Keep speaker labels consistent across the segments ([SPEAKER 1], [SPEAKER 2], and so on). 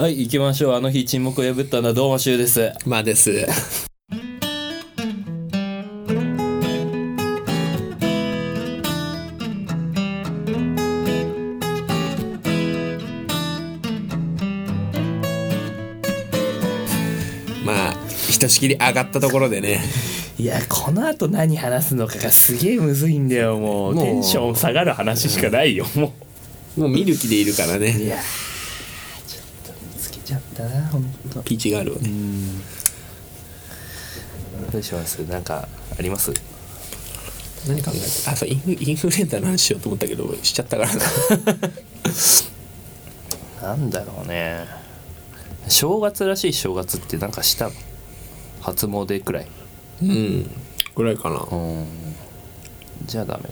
[SPEAKER 1] はい、行きましょう。あの日沈黙を破ったのはどうもしゅうです。
[SPEAKER 2] まあです。まあ、ひとしきり上がったところでね。
[SPEAKER 1] いや、この後何話すのかがすげえむずいんだよ、もう。
[SPEAKER 2] もう
[SPEAKER 1] テンション下がる話しかないよ、も
[SPEAKER 2] もう見る気でいるから
[SPEAKER 1] う。い
[SPEAKER 2] ね。
[SPEAKER 1] やちょっと見つけちゃったな、ほんと。
[SPEAKER 2] ピーチがあるわね。
[SPEAKER 1] どうしますなんか、あります
[SPEAKER 2] 何考えてあ、そう、インフインフルエンザの話しようと思ったけど、しちゃったからな。
[SPEAKER 1] なんだろうね。正月らしい正月ってなんかしたの初詣くらい。
[SPEAKER 2] うん。ぐらいかな。
[SPEAKER 1] うん。じゃあダメだ。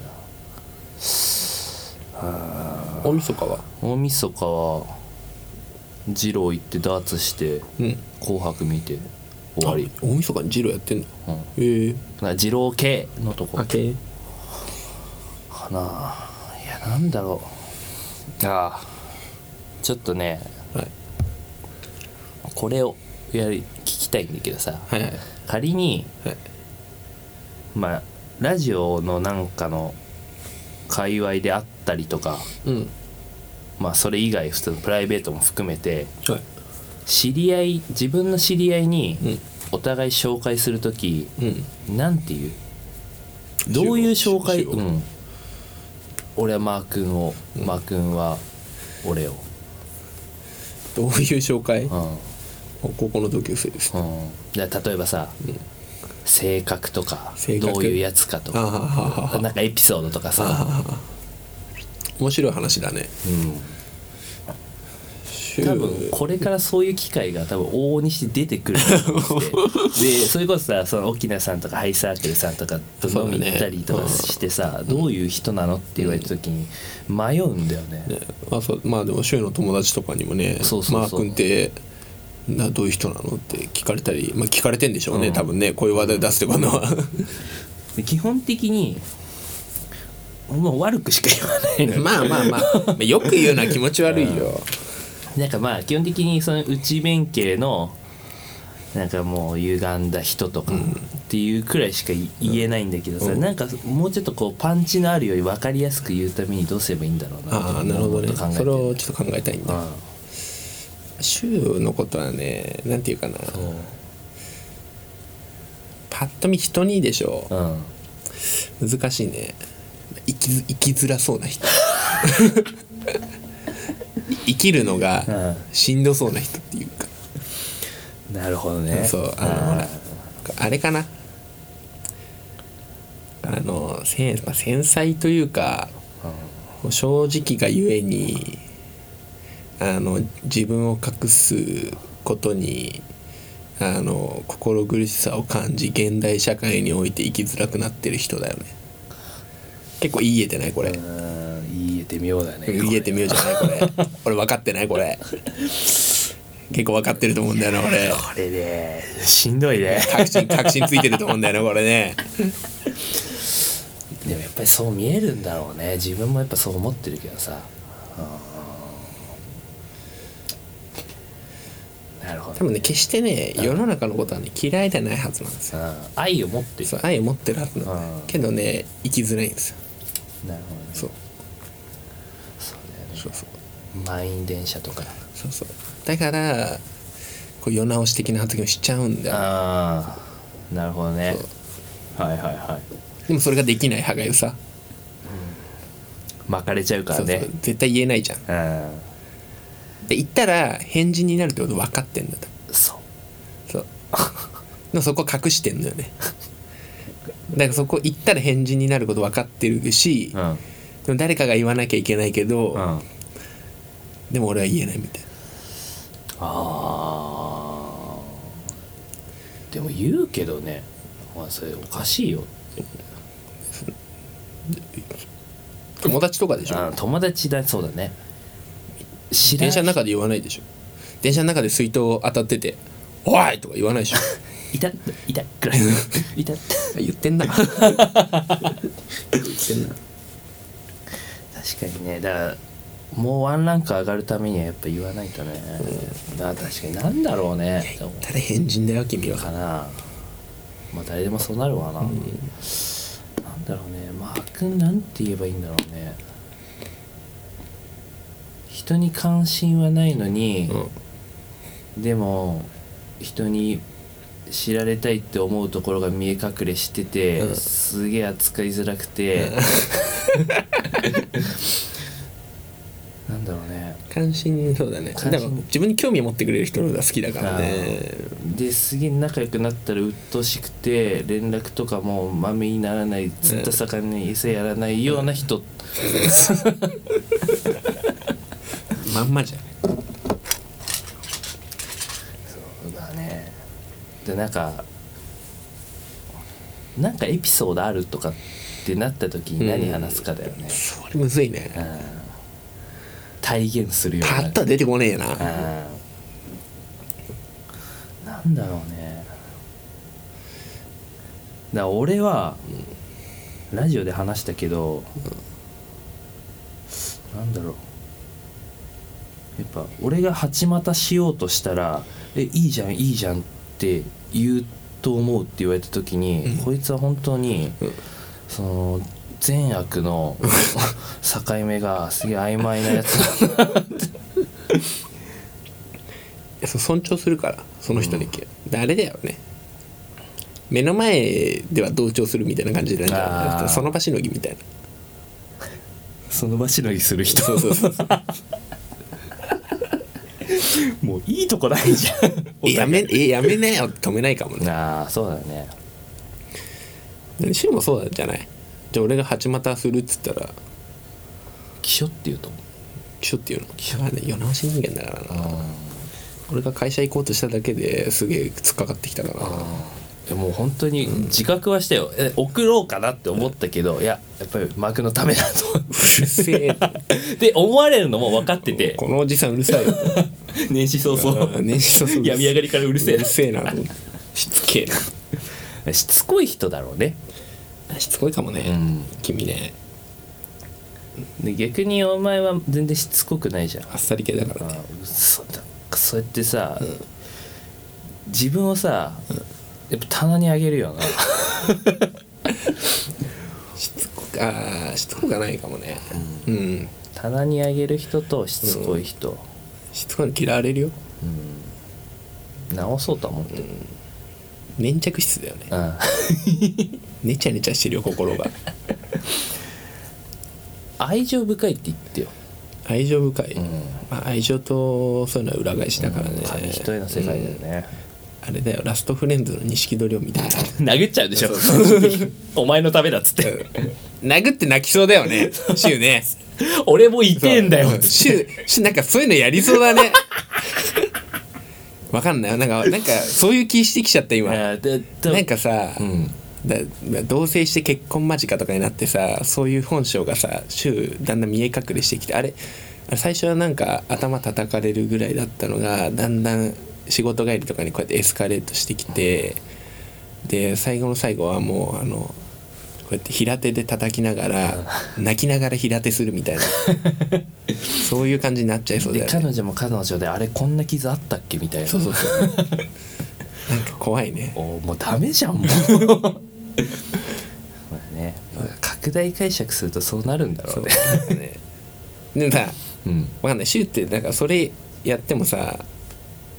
[SPEAKER 2] 大晦日は。
[SPEAKER 1] 大晦日は、二郎行ってダーツして、
[SPEAKER 2] うん。
[SPEAKER 1] 紅白見て、終わり。
[SPEAKER 2] あ大晦日にジロやってんの
[SPEAKER 1] うん
[SPEAKER 2] ええ
[SPEAKER 1] な二郎系のとこ
[SPEAKER 2] 明け
[SPEAKER 1] かないやなんだろうああちょっとね
[SPEAKER 2] はい
[SPEAKER 1] これをやり聞きたいんだけどさ
[SPEAKER 2] はいはい
[SPEAKER 1] 仮に
[SPEAKER 2] はい
[SPEAKER 1] まあラジオのなんかの界隈であったりとか
[SPEAKER 2] うん
[SPEAKER 1] まあそれ以外普通のプライベートも含めて
[SPEAKER 2] はい
[SPEAKER 1] 知り合い自分の知り合いに
[SPEAKER 2] うん
[SPEAKER 1] お互い紹介する時
[SPEAKER 2] うん
[SPEAKER 1] なんていうどういう紹介
[SPEAKER 2] 主語
[SPEAKER 1] うん俺はマー君を、マー君は俺を
[SPEAKER 2] どういう紹介
[SPEAKER 1] うん
[SPEAKER 2] 高校の同級生です
[SPEAKER 1] うんだから例えばさ、性格とか
[SPEAKER 2] 性格
[SPEAKER 1] どういうやつかと
[SPEAKER 2] あ
[SPEAKER 1] か
[SPEAKER 2] ははは
[SPEAKER 1] なんかエピソードとかさ、
[SPEAKER 2] 面白い話だね
[SPEAKER 1] うん、
[SPEAKER 2] 週
[SPEAKER 1] 多分これからそういう機会が多分往々にして出てくると思ってて でそれこそさその沖縄さんとかハイサークルさんとかと飲み行ったりとかしてさ、どういう人なのって言われた時に迷うんだよね、
[SPEAKER 2] ねあそうまあでも週の友達とかにもね
[SPEAKER 1] そうそうそう
[SPEAKER 2] マー君ってなどういう人なのって聞かれたりまあ聞かれてんでしょうね、多分ねこういう話題出すってことは
[SPEAKER 1] で基本的にもう悪くしか言わないのよ
[SPEAKER 2] まあまあまあまあよく言うのは気持ち悪い よ
[SPEAKER 1] なんかまあ基本的にその内弁慶のなんかもう歪んだ人とかっていうくらいしかい言えないんだけどさ、なんかもうちょっとこうパンチのあるより分かりやすく言うためにどうすればいいんだろうな
[SPEAKER 2] ああなるほどね
[SPEAKER 1] 考えて
[SPEAKER 2] それをちょっと考えたいんだ
[SPEAKER 1] うん
[SPEAKER 2] 柊のことはねなんていうかな
[SPEAKER 1] そう
[SPEAKER 2] パッと見人にでしょ
[SPEAKER 1] うん
[SPEAKER 2] 難しいね生きづ生きづらそうな人生きるのがしんどそうな人っていうか、
[SPEAKER 1] なるほどね
[SPEAKER 2] そうあのほらあれかなあのせんまあ繊細というか正直がゆえにあの自分を隠すことにあの心苦しさを感じ現代社会において生きづらくなってる人だよね結構言えてないこれ
[SPEAKER 1] うん言えてみようだね
[SPEAKER 2] 言えてみようじゃないこれ俺分かってないこれ結構分かってると思うんだよな 俺
[SPEAKER 1] これねしんどいね
[SPEAKER 2] 確信確信ついてると思うんだ よなこれね
[SPEAKER 1] でもやっぱりそう見えるんだろうね自分もやっぱそう思ってるけどさうんなるほ
[SPEAKER 2] 多
[SPEAKER 1] ど、
[SPEAKER 2] 分ね決してね世の中のことはね嫌いじゃないはずなんですよ
[SPEAKER 1] うん、愛を持ってる
[SPEAKER 2] そう愛を持ってるはずなんだよ
[SPEAKER 1] うん
[SPEAKER 2] けどね生きづらいんですよ
[SPEAKER 1] なるほどね
[SPEAKER 2] そう
[SPEAKER 1] そうだよね
[SPEAKER 2] そうそう
[SPEAKER 1] 満員電車とか
[SPEAKER 2] そうそうだからこう世直し的な発言をしちゃうんだよ
[SPEAKER 1] ああなるほどねはいはいはい
[SPEAKER 2] でもそれができない歯がゆさ
[SPEAKER 1] 巻かれちゃうから
[SPEAKER 2] そうそう
[SPEAKER 1] ね
[SPEAKER 2] 絶対言えないじゃん
[SPEAKER 1] うん
[SPEAKER 2] で言ったら返事になるってこと分かってんだと
[SPEAKER 1] そう
[SPEAKER 2] そう でもそこ隠してんだよね だからそこ行ったら返事になること分かってるし、
[SPEAKER 1] うんうん
[SPEAKER 2] でも誰かが言わなきゃいけないけど、でも俺は言えないみたいな
[SPEAKER 1] ああでも言うけどねお前それおかしいよ
[SPEAKER 2] 友達とかでしょ
[SPEAKER 1] あ友達だそうだね知ら
[SPEAKER 2] 電
[SPEAKER 1] な
[SPEAKER 2] 車
[SPEAKER 1] い
[SPEAKER 2] の中で言わないでしょ電車の中で水筒当たってて「おい!」とか言わないでしょ
[SPEAKER 1] いたいたく らいいた確
[SPEAKER 2] 言ってんな言ってんな
[SPEAKER 1] かにねだからもうワンランク上がるためにはやっぱ言わないとね、まあ確かになんだろうねって思う
[SPEAKER 2] ただ変人だよ君
[SPEAKER 1] か
[SPEAKER 2] は
[SPEAKER 1] なまあ誰でもそうなるわな、なんだろうねまあくんなんて言えばいいんだろうね人に関心はないのに、
[SPEAKER 2] うん
[SPEAKER 1] でも人に知られたいって思うところが見え隠れしてて、
[SPEAKER 2] うん
[SPEAKER 1] すげえ扱いづらく て、なんだろうね
[SPEAKER 2] 関心そうだね
[SPEAKER 1] 関心
[SPEAKER 2] でも自分に興味を持ってくれる人の方が好きだからね
[SPEAKER 1] ですげえ仲良くなったら鬱陶しくて連絡とかもまめにならない釣った魚に餌やらないような人、
[SPEAKER 2] まんまじゃん
[SPEAKER 1] そうだねでなんかなんかエピソードあるとかってなった時に何話すかだよね、
[SPEAKER 2] それむずいね
[SPEAKER 1] うん体現するよう
[SPEAKER 2] パ
[SPEAKER 1] な
[SPEAKER 2] ッとは出てこねえな
[SPEAKER 1] うんなんだろうねだから俺は、ラジオで話したけど、なんだろうやっぱ俺が八股しようとしたら「えいいじゃんいいじゃん」って言うと思うって言われた時に、
[SPEAKER 2] うん
[SPEAKER 1] こいつは本当に、
[SPEAKER 2] うん
[SPEAKER 1] その善悪 の境目がすげえ曖昧なやつだ
[SPEAKER 2] そう尊重するからその人だけ、誰だよね目の前では同調するみたいな感じで
[SPEAKER 1] あー
[SPEAKER 2] その場しのぎみたいな
[SPEAKER 1] その場しのぎする人
[SPEAKER 2] そうそうそうそう
[SPEAKER 1] もういいとこないじゃん
[SPEAKER 2] えやめえやめなよって止めないかもね
[SPEAKER 1] ああそうだね
[SPEAKER 2] シュウもそうなんじゃないじゃあ俺が八股するっつったら
[SPEAKER 1] 気象っていうと
[SPEAKER 2] キショっていうのキショはね世直し人間だからな
[SPEAKER 1] あ
[SPEAKER 2] 俺が会社行こうとしただけですげえ突っかかってきたからな
[SPEAKER 1] あもう本当に自覚はしたよ、え送ろうかなって思ったけど、いややっぱり幕のためだと 思っ
[SPEAKER 2] うるせえ
[SPEAKER 1] てで思われるのも分かってて
[SPEAKER 2] このおじさんうる さいよ
[SPEAKER 1] 年始早々
[SPEAKER 2] 年始早々うるせえ
[SPEAKER 1] 病み上がりからうるせえ
[SPEAKER 2] うるせえなと思ってしつけえ
[SPEAKER 1] しつこい人だろうね
[SPEAKER 2] なしつこいかもね、
[SPEAKER 1] うん
[SPEAKER 2] 君ね
[SPEAKER 1] で逆にお前は全然しつこくないじゃん
[SPEAKER 2] あっさり系だからね
[SPEAKER 1] あそなんかそうやってさ、自分をさ、やっぱ棚にあげるよな
[SPEAKER 2] しつこくあーしつこくはないかもねうん、
[SPEAKER 1] 棚にあげる人としつこい人、
[SPEAKER 2] しつこいの嫌われるよ
[SPEAKER 1] 直そうとは思ってる、
[SPEAKER 2] 粘着質だよね
[SPEAKER 1] うん、
[SPEAKER 2] ねちゃねちゃしてるよ 心が
[SPEAKER 1] 愛情深いって言ってよ
[SPEAKER 2] 愛情深い、
[SPEAKER 1] ん
[SPEAKER 2] まあ、愛情とそういうのは裏返しだからね、
[SPEAKER 1] 紙一重の世界だよね、
[SPEAKER 2] あれだよラストフレンズの錦戸亮みたいな
[SPEAKER 1] 殴っちゃうでしょ お前のためだっつって
[SPEAKER 2] 殴って泣きそうだよねシュウね
[SPEAKER 1] 俺も痛えんだよ
[SPEAKER 2] そうシュウシュウなんかそういうのやりそう だねわかんないなんかなんかそういう気してきちゃった今
[SPEAKER 1] あでで
[SPEAKER 2] なんかさ、
[SPEAKER 1] ん
[SPEAKER 2] だだ同棲して結婚間近とかになってさそういう本性がさ週だんだん見え隠れしてきてあれあれ最初はなんか頭叩かれるぐらいだったのがだんだん仕事帰りとかにこうやってエスカレートしてきてで最後の最後はもうあのこうやって平手で叩きながら泣きながら平手するみたい なそういう感じになっちゃいそうだ
[SPEAKER 1] で
[SPEAKER 2] よね
[SPEAKER 1] 彼女も彼女であれこんな傷あったっけみたいな
[SPEAKER 2] そうそうそうなんか怖いね
[SPEAKER 1] おもうダメじゃんも うそうだね拡大解釈するとそうなるんだろ
[SPEAKER 2] そうう
[SPEAKER 1] ね
[SPEAKER 2] なんかねでもさ
[SPEAKER 1] うん
[SPEAKER 2] わかんないシューってなんかそれやってもさ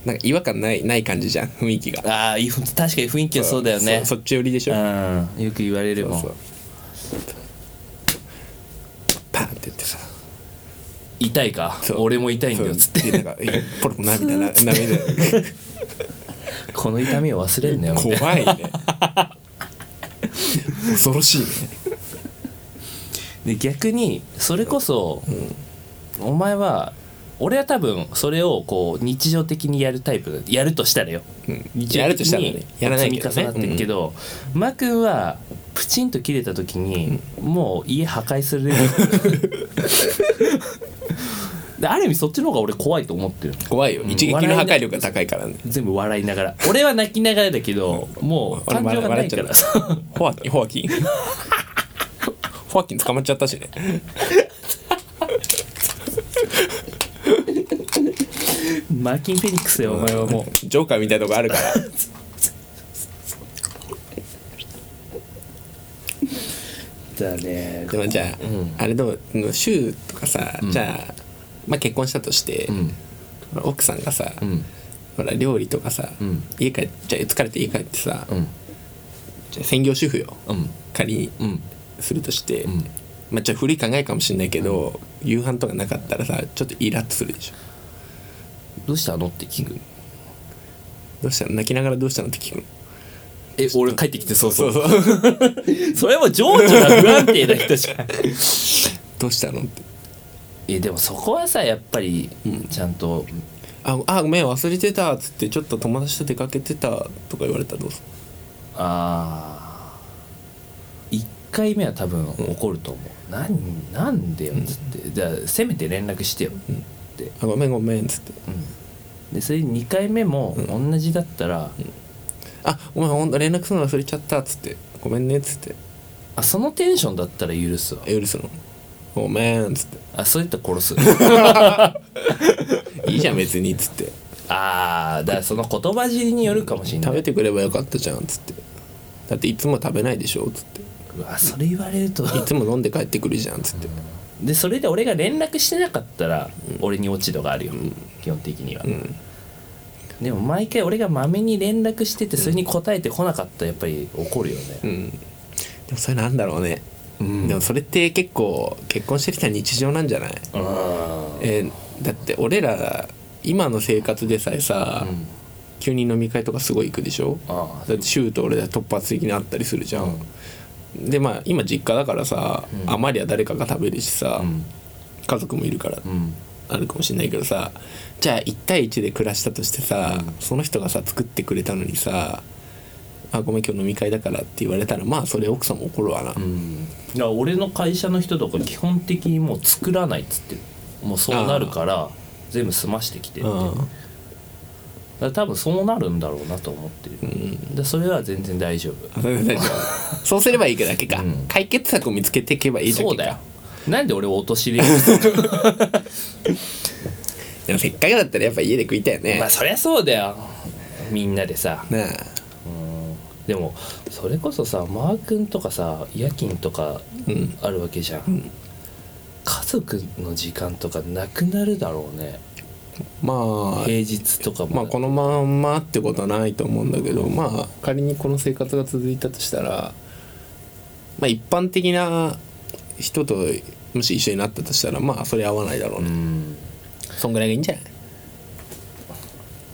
[SPEAKER 2] なんか違和感ないない感じじゃん雰囲気が
[SPEAKER 1] ああいい確かに雰囲気はそうだよね
[SPEAKER 2] そそっち寄りでしょ
[SPEAKER 1] うんよく言われるもん
[SPEAKER 2] そうパンって言ってさ
[SPEAKER 1] 痛いか
[SPEAKER 2] そう
[SPEAKER 1] 俺も痛いんだよ
[SPEAKER 2] そう
[SPEAKER 1] つって
[SPEAKER 2] でなんかえポロポロ 涙な涙
[SPEAKER 1] この痛みを忘れるなよみたいな
[SPEAKER 2] 怖いね恐ろしいね
[SPEAKER 1] で逆にそれこそ、お前は俺は多分それをこう日常的にやるタイプだやるとしたらよ、
[SPEAKER 2] ん
[SPEAKER 1] 日常的に
[SPEAKER 2] やるとしたらねやらないけどね
[SPEAKER 1] 積み重なってるけど、マー君はプチンと切れた時に、もう家破壊す るレベルである意味そっちの方が俺怖いと思ってる
[SPEAKER 2] 怖いよ
[SPEAKER 1] うん
[SPEAKER 2] 一撃の破壊力が高いからね
[SPEAKER 1] 全部笑いながら俺は泣きながらだけど、もう
[SPEAKER 2] 俺
[SPEAKER 1] 感情がな
[SPEAKER 2] 笑っ
[SPEAKER 1] い
[SPEAKER 2] ち
[SPEAKER 1] か
[SPEAKER 2] ゃった
[SPEAKER 1] ら
[SPEAKER 2] ホワキンホワキンホワキン捕まっちゃったしね
[SPEAKER 1] マーキン・フェニックスよお前はもう
[SPEAKER 2] ジョーカーみたいなとこあるから
[SPEAKER 1] だね
[SPEAKER 2] でもじゃあ、
[SPEAKER 1] うん
[SPEAKER 2] あれでも柊とかさ、じゃあ、まあ、結婚したとして、
[SPEAKER 1] うん
[SPEAKER 2] 奥さんがさ、
[SPEAKER 1] うん
[SPEAKER 2] ほら料理とかさ、
[SPEAKER 1] うん
[SPEAKER 2] 家帰っじゃあ疲れて家帰ってさ、
[SPEAKER 1] うん
[SPEAKER 2] じゃあ専業主婦よ、
[SPEAKER 1] うん
[SPEAKER 2] 仮
[SPEAKER 1] う
[SPEAKER 2] に
[SPEAKER 1] ん
[SPEAKER 2] するとして、
[SPEAKER 1] ん
[SPEAKER 2] まあ、じゃあ古い考えかもしれないけど、夕飯とかなかったらさちょっとイラッとするでしょ
[SPEAKER 1] どうしたのって聞く
[SPEAKER 2] どうしたの泣きながらどうしたのって聞くの
[SPEAKER 1] え俺帰ってきてそう
[SPEAKER 2] そうそう
[SPEAKER 1] それも情緒が不安定な人じゃん
[SPEAKER 2] どうしたのって
[SPEAKER 1] えでもそこはさやっぱりちゃんと、
[SPEAKER 2] ああごめん忘れてたっつってちょっと友達と出かけてたとか言われたらどうす
[SPEAKER 1] ああ1回目は多分怒ると思う、なん、なんでよっつって、じゃあせめて連絡してよって、
[SPEAKER 2] るあごめんごめんっつって
[SPEAKER 1] うん、でそれ2回目も同じだったら、
[SPEAKER 2] あごめんほんと連絡するの忘れちゃったっつってごめんねっつって
[SPEAKER 1] あそのテンションだったら許すわ
[SPEAKER 2] え許すのごめんっつっ
[SPEAKER 1] あそれやったら 殺す
[SPEAKER 2] ていいじゃん別にっつって
[SPEAKER 1] ああだからその言葉尻によるかもしれない、
[SPEAKER 2] 食べてくればよかったじゃんっつってだっていつも食べないでしょっつっていう
[SPEAKER 1] わそれ言われると
[SPEAKER 2] つも飲んで帰ってくるじゃんっつって
[SPEAKER 1] でそれで俺が連絡してなかったら俺に落ち度があるよ、基本的には、
[SPEAKER 2] ん
[SPEAKER 1] でも毎回俺がまめに連絡しててそれに答えてこなかったらやっぱり怒るよね、
[SPEAKER 2] うんでもそれなんだろうね、
[SPEAKER 1] うん
[SPEAKER 2] でもそれって結構結婚してきた日常なんじゃない、
[SPEAKER 1] あ
[SPEAKER 2] えーだって俺ら今の生活でさえさ、
[SPEAKER 1] うん
[SPEAKER 2] 急に飲み会とかすごい行くでしょ
[SPEAKER 1] あ
[SPEAKER 2] だって週と俺で突発的に会ったりするじゃん、でまあ今実家だからさ、
[SPEAKER 1] うん
[SPEAKER 2] あまりは誰かが食べるしさ、
[SPEAKER 1] うん
[SPEAKER 2] 家族もいるから
[SPEAKER 1] うん
[SPEAKER 2] あるかもしれないけどさじゃあ1対1で暮らしたとしてさ、その人がさ作ってくれたのにさ「あごめん今日飲み会だから」って言われたらまあそれ奥さんも怒るわな、
[SPEAKER 1] うんだから俺の会社の人とか基本的にもう作らないっつってるもうそうなるから全部済ましてきてって、だか
[SPEAKER 2] うん
[SPEAKER 1] ら多分そうなるんだろうなと思ってる、でそれは全然大丈夫
[SPEAKER 2] あそれ大丈夫 そうすればいいだけか、
[SPEAKER 1] うん
[SPEAKER 2] 解決策を見つけていけばいいだけか
[SPEAKER 1] そうだよなんで俺を陥れるの
[SPEAKER 2] でもせっかくだったらやっぱ家で食いたいよね、
[SPEAKER 1] まあそりゃそうだよみんなでさ
[SPEAKER 2] なあ
[SPEAKER 1] でもそれこそさマー君とかさ夜勤とか
[SPEAKER 2] うん
[SPEAKER 1] あるわけじゃん、
[SPEAKER 2] ん
[SPEAKER 1] 家族の時間とかなくなるだろうね
[SPEAKER 2] まあ
[SPEAKER 1] 平日とかも、
[SPEAKER 2] まあこのまんまってことはないと思うんだけどまあ仮にこの生活が続いたとしたらまあ一般的な人ともし一緒になったとしたらまあそれ合わないだろう
[SPEAKER 1] う
[SPEAKER 2] ね、
[SPEAKER 1] ん
[SPEAKER 2] そんぐらいがいいんじゃない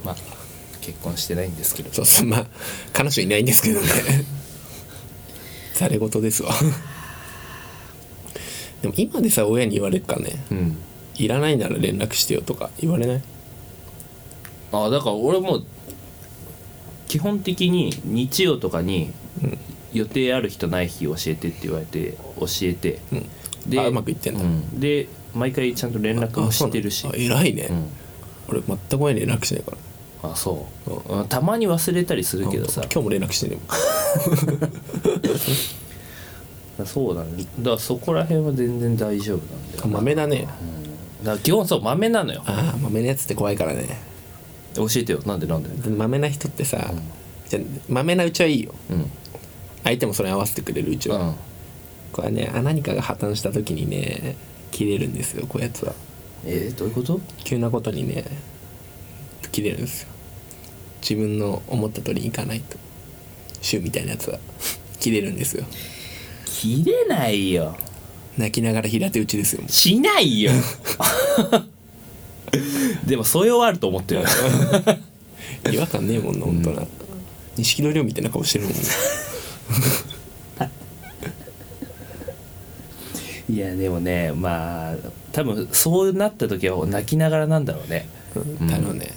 [SPEAKER 1] まあ結婚してないんですけど
[SPEAKER 2] そうそうまあ彼女いないんですけどねざれ事ですわでも今でさ親に言われるかね
[SPEAKER 1] うん
[SPEAKER 2] いらないなら連絡してよとか言われない
[SPEAKER 1] あだから俺も基本的に日曜とかに予定ある人ない日教えてって言われて教えて、
[SPEAKER 2] んあうまくいってんだ
[SPEAKER 1] うんで毎回ちゃんと連絡もしてるし
[SPEAKER 2] あそうなのあ偉いね、
[SPEAKER 1] うん
[SPEAKER 2] 俺全く親に連絡しないから
[SPEAKER 1] あそう、うんたまに忘れたりするけどさ
[SPEAKER 2] 今日も連絡してね
[SPEAKER 1] そうだねだからそこら辺は全然大丈夫なんだよな
[SPEAKER 2] 豆だね
[SPEAKER 1] だから基本そう豆なのよ
[SPEAKER 2] ああ豆のやつって怖いからね
[SPEAKER 1] 教えてよなんでなんで
[SPEAKER 2] 豆な人ってさ、じゃ豆なうちはいいよ
[SPEAKER 1] うん
[SPEAKER 2] 相手もそれ合わせてくれるうち
[SPEAKER 1] う
[SPEAKER 2] は、
[SPEAKER 1] ん
[SPEAKER 2] これはねあ何かが破綻した時にね切れるんですよこういうやつは
[SPEAKER 1] えー、どういうこと
[SPEAKER 2] 急なことにね切れるんですよ自分の思った通りにいかないと柊みたいなやつは切れるんですよ
[SPEAKER 1] 切れないよ
[SPEAKER 2] 泣きながら平手打ちですよも
[SPEAKER 1] しない よでも素養あると思ってる
[SPEAKER 2] う違和感ねえもんな本当な錦戸亮みたいな顔してるもんね
[SPEAKER 1] いやでもねまあ多分そうなった時は泣きながらなんだろうね
[SPEAKER 2] うんだろうね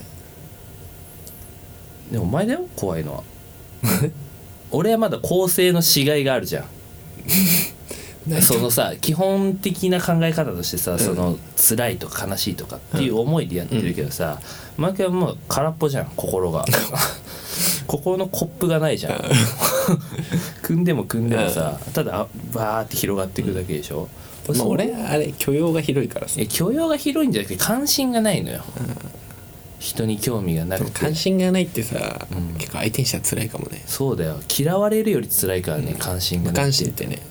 [SPEAKER 1] でもお前だよ怖いのは俺はまだ構成のしがいがあるじゃん
[SPEAKER 2] ない
[SPEAKER 1] そのさ基本的な考え方としてさその辛いとか悲しいとかっていう思いでやってるけどさ、マークはもう空っぽじゃん心が心のコップがないじゃん 組んでも組んでもさただバーって広がっていくだけでしょ、
[SPEAKER 2] まあ、俺あれ許容が広いからさ
[SPEAKER 1] え許容が広いんじゃなくて関心がないのよ、人に興味がなくて
[SPEAKER 2] 関心がないってさ、
[SPEAKER 1] うん
[SPEAKER 2] 結構相手にしたら辛いかもね
[SPEAKER 1] そうだよ嫌われるより辛いからね、関心がなく
[SPEAKER 2] 無
[SPEAKER 1] て
[SPEAKER 2] 関心ってね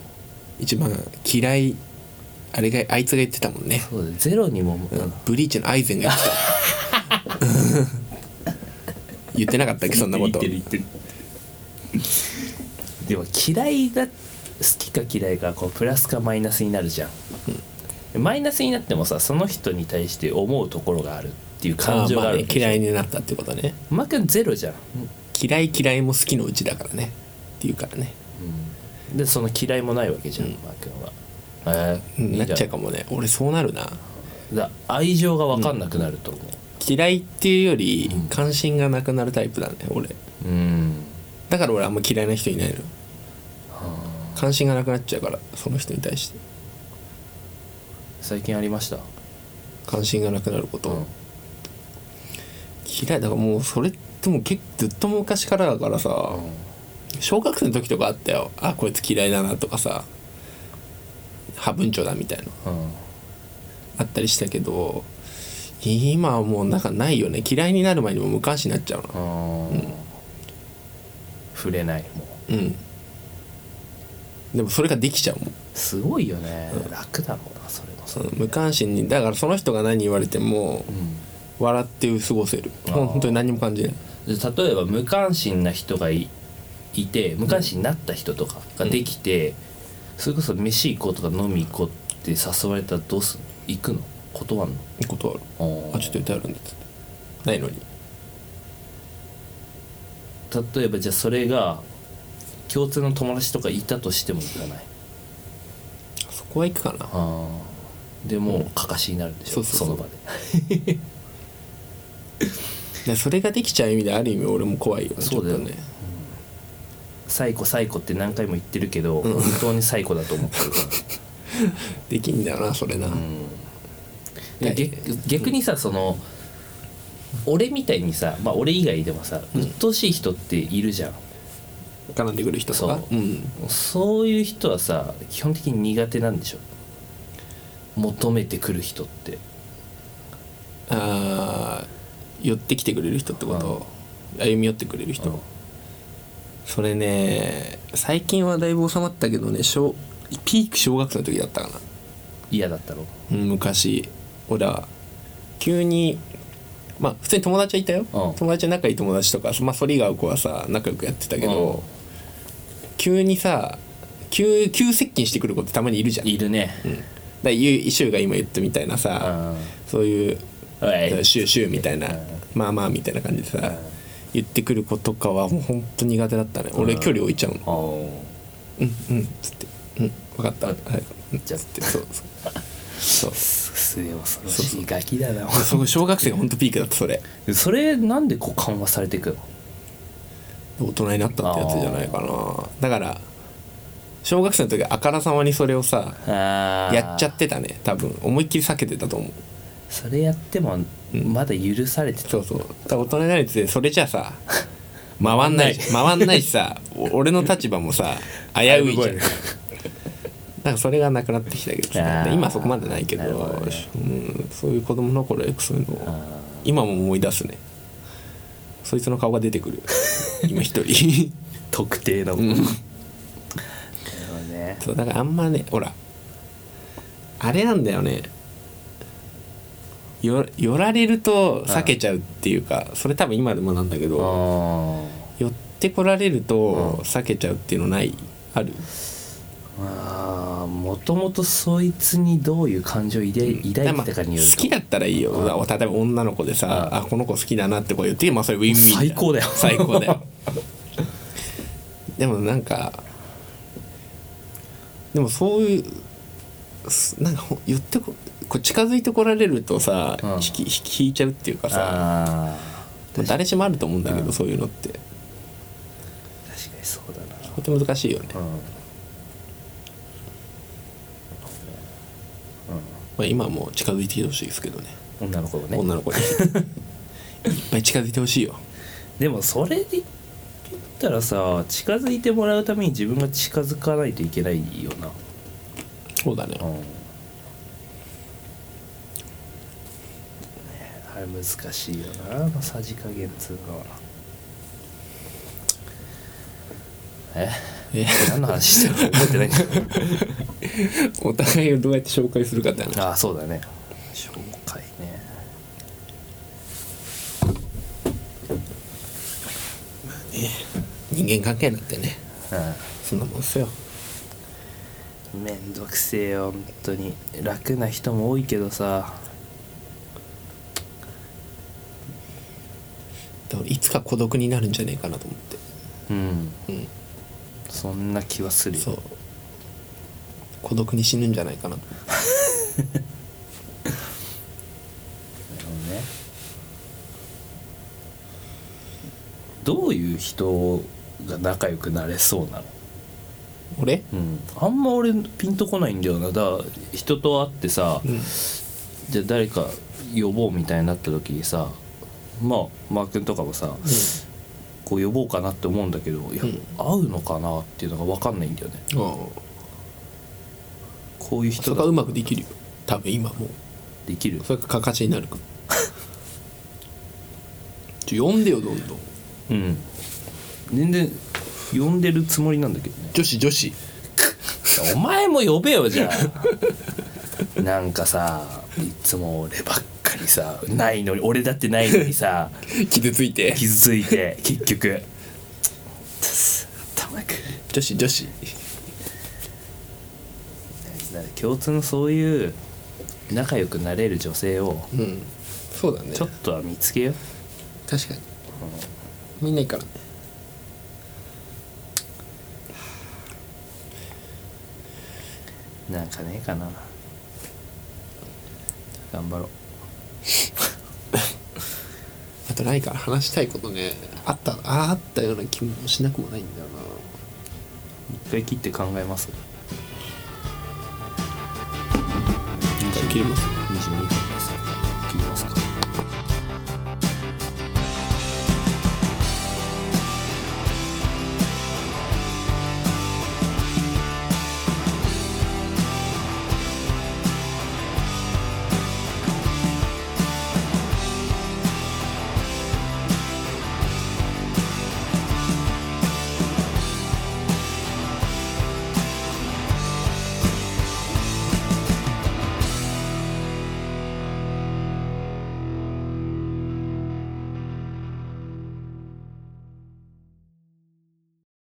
[SPEAKER 2] 一番嫌いあれがあいつが言ってたもんね、
[SPEAKER 1] そうだよゼロにも、
[SPEAKER 2] うんブリーチのアイゼンが言ってた 言ってなかったっけそんなこと
[SPEAKER 1] 言ってる言ってるでも嫌いだ好きか嫌いかこうプラスかマイナスになるじゃん、マイナスになってもさその人に対して思うところがあるっていう感情があ
[SPEAKER 2] あ
[SPEAKER 1] る
[SPEAKER 2] ーまあね嫌いになったってことね
[SPEAKER 1] マくんゼロじゃん、
[SPEAKER 2] 嫌い嫌いも好きのうちだからねっていうからね、
[SPEAKER 1] でその嫌いもないわけじゃん、
[SPEAKER 2] うん
[SPEAKER 1] マー君はえ
[SPEAKER 2] う
[SPEAKER 1] ー
[SPEAKER 2] んなっちゃ
[SPEAKER 1] か
[SPEAKER 2] うかもね俺そうなるな
[SPEAKER 1] だ愛情が分かんなくなると思
[SPEAKER 2] 嫌いっていうより関心がなくなるタイプだね俺
[SPEAKER 1] ううん
[SPEAKER 2] だから俺あんま嫌いな人いないの関心がなくなっちゃうからその人に対して
[SPEAKER 1] 最近ありました
[SPEAKER 2] 関心がなくなること、
[SPEAKER 1] うん
[SPEAKER 2] 嫌いだからもうそれってもう結ずっと昔からだからさ、小学生の時とかあったよあこいつ嫌いだなとかさ派文長だみたいな
[SPEAKER 1] うん
[SPEAKER 2] あったりしたけど今はもうなんかないよね嫌いになる前にもう無関心になっちゃうな
[SPEAKER 1] うん触れないもう
[SPEAKER 2] うんでもそれができちゃうもん
[SPEAKER 1] すごいよね、楽だもんなそれも
[SPEAKER 2] そ
[SPEAKER 1] そ
[SPEAKER 2] の無関心にだからその人が何言われても笑って過ごせる
[SPEAKER 1] あー
[SPEAKER 2] ほんとに何も感じない
[SPEAKER 1] で例えば無関心な人がいいて無関心になった人とかができて、それこそ飯行こうとか飲み行こうって誘われたらどうすんの行くの断るの
[SPEAKER 2] 断るあちょっと歌あるんだっつってないのに
[SPEAKER 1] 例えばじゃあそれが共通の友達とかいたとしても行かない
[SPEAKER 2] そこは行くかな
[SPEAKER 1] でもうかかしになるんでしょ、
[SPEAKER 2] そうそうそう
[SPEAKER 1] の場で
[SPEAKER 2] でそれができちゃう意味である意味俺も怖いよね
[SPEAKER 1] そうだよ
[SPEAKER 2] ちょっとね
[SPEAKER 1] サイコサイコって何回も言ってるけど、本当にサイコだと思ってるから
[SPEAKER 2] できんだよなそれな、
[SPEAKER 1] で逆逆にさその俺みたいにさ、まあ、俺以外でもさ鬱陶しい人っているじゃん、
[SPEAKER 2] 絡んでくる人とか
[SPEAKER 1] そう
[SPEAKER 2] うん
[SPEAKER 1] そういう人はさ基本的に苦手なんでしょ求めてくる人って
[SPEAKER 2] あー寄ってきてくれる人ってこと、歩み寄ってくれる人、
[SPEAKER 1] うん
[SPEAKER 2] それね最近はだいぶ収まったけどね小ピーク小学生の時だったかな
[SPEAKER 1] 嫌だったろ
[SPEAKER 2] うん昔俺は急にまあ普通に友達はいたよ、友達仲いい友達とか、まあ、反りが合う子はさ仲良くやってたけど、急にさ急急接近してくる子ってたまにいるじゃん、
[SPEAKER 1] いるね
[SPEAKER 2] うんだからゆうシュウが今言ったみたいなさ、
[SPEAKER 1] あ
[SPEAKER 2] そういう
[SPEAKER 1] あおい
[SPEAKER 2] シューシューみたいな、まあまあみたいな感じでさ、言ってくる子とかはもうほんと苦手だったね俺距離置いちゃうの
[SPEAKER 1] あー
[SPEAKER 2] うんうんっつって「うん分かった、はいうん」
[SPEAKER 1] じゃあ
[SPEAKER 2] つってそう そうそう
[SPEAKER 1] すすげえ恐ろしいガキだな
[SPEAKER 2] その小学生がほんとピークだったそれ
[SPEAKER 1] それなんでこう緩和されていくの
[SPEAKER 2] 大人になったってやつじゃないかなだから小学生の時あからさまにそれをさ
[SPEAKER 1] あー
[SPEAKER 2] やっちゃってたね多分思いっきり避けてたと思う
[SPEAKER 1] それやってもまだ許されてた
[SPEAKER 2] そうそうだから大人になるにつれそれじゃ さ回んない回んないしさお俺の立場もさ危ういじゃん
[SPEAKER 1] 危うい
[SPEAKER 2] なんかそれがなくなってきたけど
[SPEAKER 1] あ
[SPEAKER 2] さ
[SPEAKER 1] ー
[SPEAKER 2] 今そこまでないけど
[SPEAKER 1] なるほどね
[SPEAKER 2] うん、そういう子供の頃よくそういうのを今も思い出すねそいつの顔が出て くる今一人
[SPEAKER 1] 特定の、
[SPEAKER 2] ん
[SPEAKER 1] なるほどね
[SPEAKER 2] そうだからあんまねほらあれなんだよねよ寄られると避けちゃうっていうかそれ多分今でもなんだけど
[SPEAKER 1] あ
[SPEAKER 2] 寄ってこられると避けちゃうっていうのないある
[SPEAKER 1] あもともとそいつにどういう感情を抱い抱いてたかによると
[SPEAKER 2] 好きだったらいいよ例えば女の子でさあこの子好きだなってこう言ってまあそれウィンウィン
[SPEAKER 1] 最高だよ
[SPEAKER 2] 最 高だよでもなんかでもそういうすなんかほ寄ってここう近づいてこられるとさ
[SPEAKER 1] うん
[SPEAKER 2] 引き引き引いちゃうっていうかさ
[SPEAKER 1] あ
[SPEAKER 2] まあ誰しもあると思うんだけどそういうのって
[SPEAKER 1] ー確かにそうだな
[SPEAKER 2] とても難しいよね
[SPEAKER 1] うん
[SPEAKER 2] まあ今はもう近づいてきてほしいですけどね
[SPEAKER 1] 女の子もね
[SPEAKER 2] 女の子にいっぱい近づいてほしいよ
[SPEAKER 1] でもそれで言ったらさ近づいてもらうために自分が近づかないといけないよな
[SPEAKER 2] そうだね
[SPEAKER 1] うんねあれれ難しいよなあのさじ加減っつうのはえ
[SPEAKER 2] え
[SPEAKER 1] 何の話してるの覚えてないんだ
[SPEAKER 2] お互いをどうやって紹介するかって話
[SPEAKER 1] ああそうだね紹介ね
[SPEAKER 2] 人間関係なんてねそんなもんっすよ
[SPEAKER 1] うんめんどくせえよ本当に楽な人も多いけどさ
[SPEAKER 2] でもいつか孤独になるんじゃねえかなと思って
[SPEAKER 1] うん
[SPEAKER 2] うん
[SPEAKER 1] そんな気はするよ
[SPEAKER 2] そう孤独に死ぬんじゃないかなと思って
[SPEAKER 1] なるほどねどういう人が仲良くなれそうなの
[SPEAKER 2] 俺
[SPEAKER 1] うん、あんま俺ピンとこないんだよなだから人と会ってさ、
[SPEAKER 2] ん
[SPEAKER 1] じゃあ誰か呼ぼうみたいになった時にさまあマー君とかもさ、こう呼ぼうかなって思うんだけどいや、
[SPEAKER 2] うん
[SPEAKER 1] 合うのかなっていうのが分かんないんだよね
[SPEAKER 2] あ
[SPEAKER 1] こういう
[SPEAKER 2] あそ
[SPEAKER 1] 人
[SPEAKER 2] れが
[SPEAKER 1] が
[SPEAKER 2] うまくできるよ多分今もう
[SPEAKER 1] できる
[SPEAKER 2] それかかかちになるから ちょ呼んでよどんどん
[SPEAKER 1] うん全然呼んでるつもりなんだけどね
[SPEAKER 2] 女子女 子
[SPEAKER 1] お前も呼べよじゃあ なんかさいつも俺ばっかりさないのに俺だってないのに さ
[SPEAKER 2] 傷ついて
[SPEAKER 1] 傷ついて結局たまく
[SPEAKER 2] 女子女子
[SPEAKER 1] 共通のそういう仲良くなれる女性を
[SPEAKER 2] うんそうだね
[SPEAKER 1] ちょっとは見つけよう
[SPEAKER 2] 確かにみんないいからね
[SPEAKER 1] なんかねえかな頑張ろう
[SPEAKER 2] あとないから話したいことねあったあああったような気もしなくもないんだよな
[SPEAKER 1] 一回切って考えます
[SPEAKER 2] 一回切ります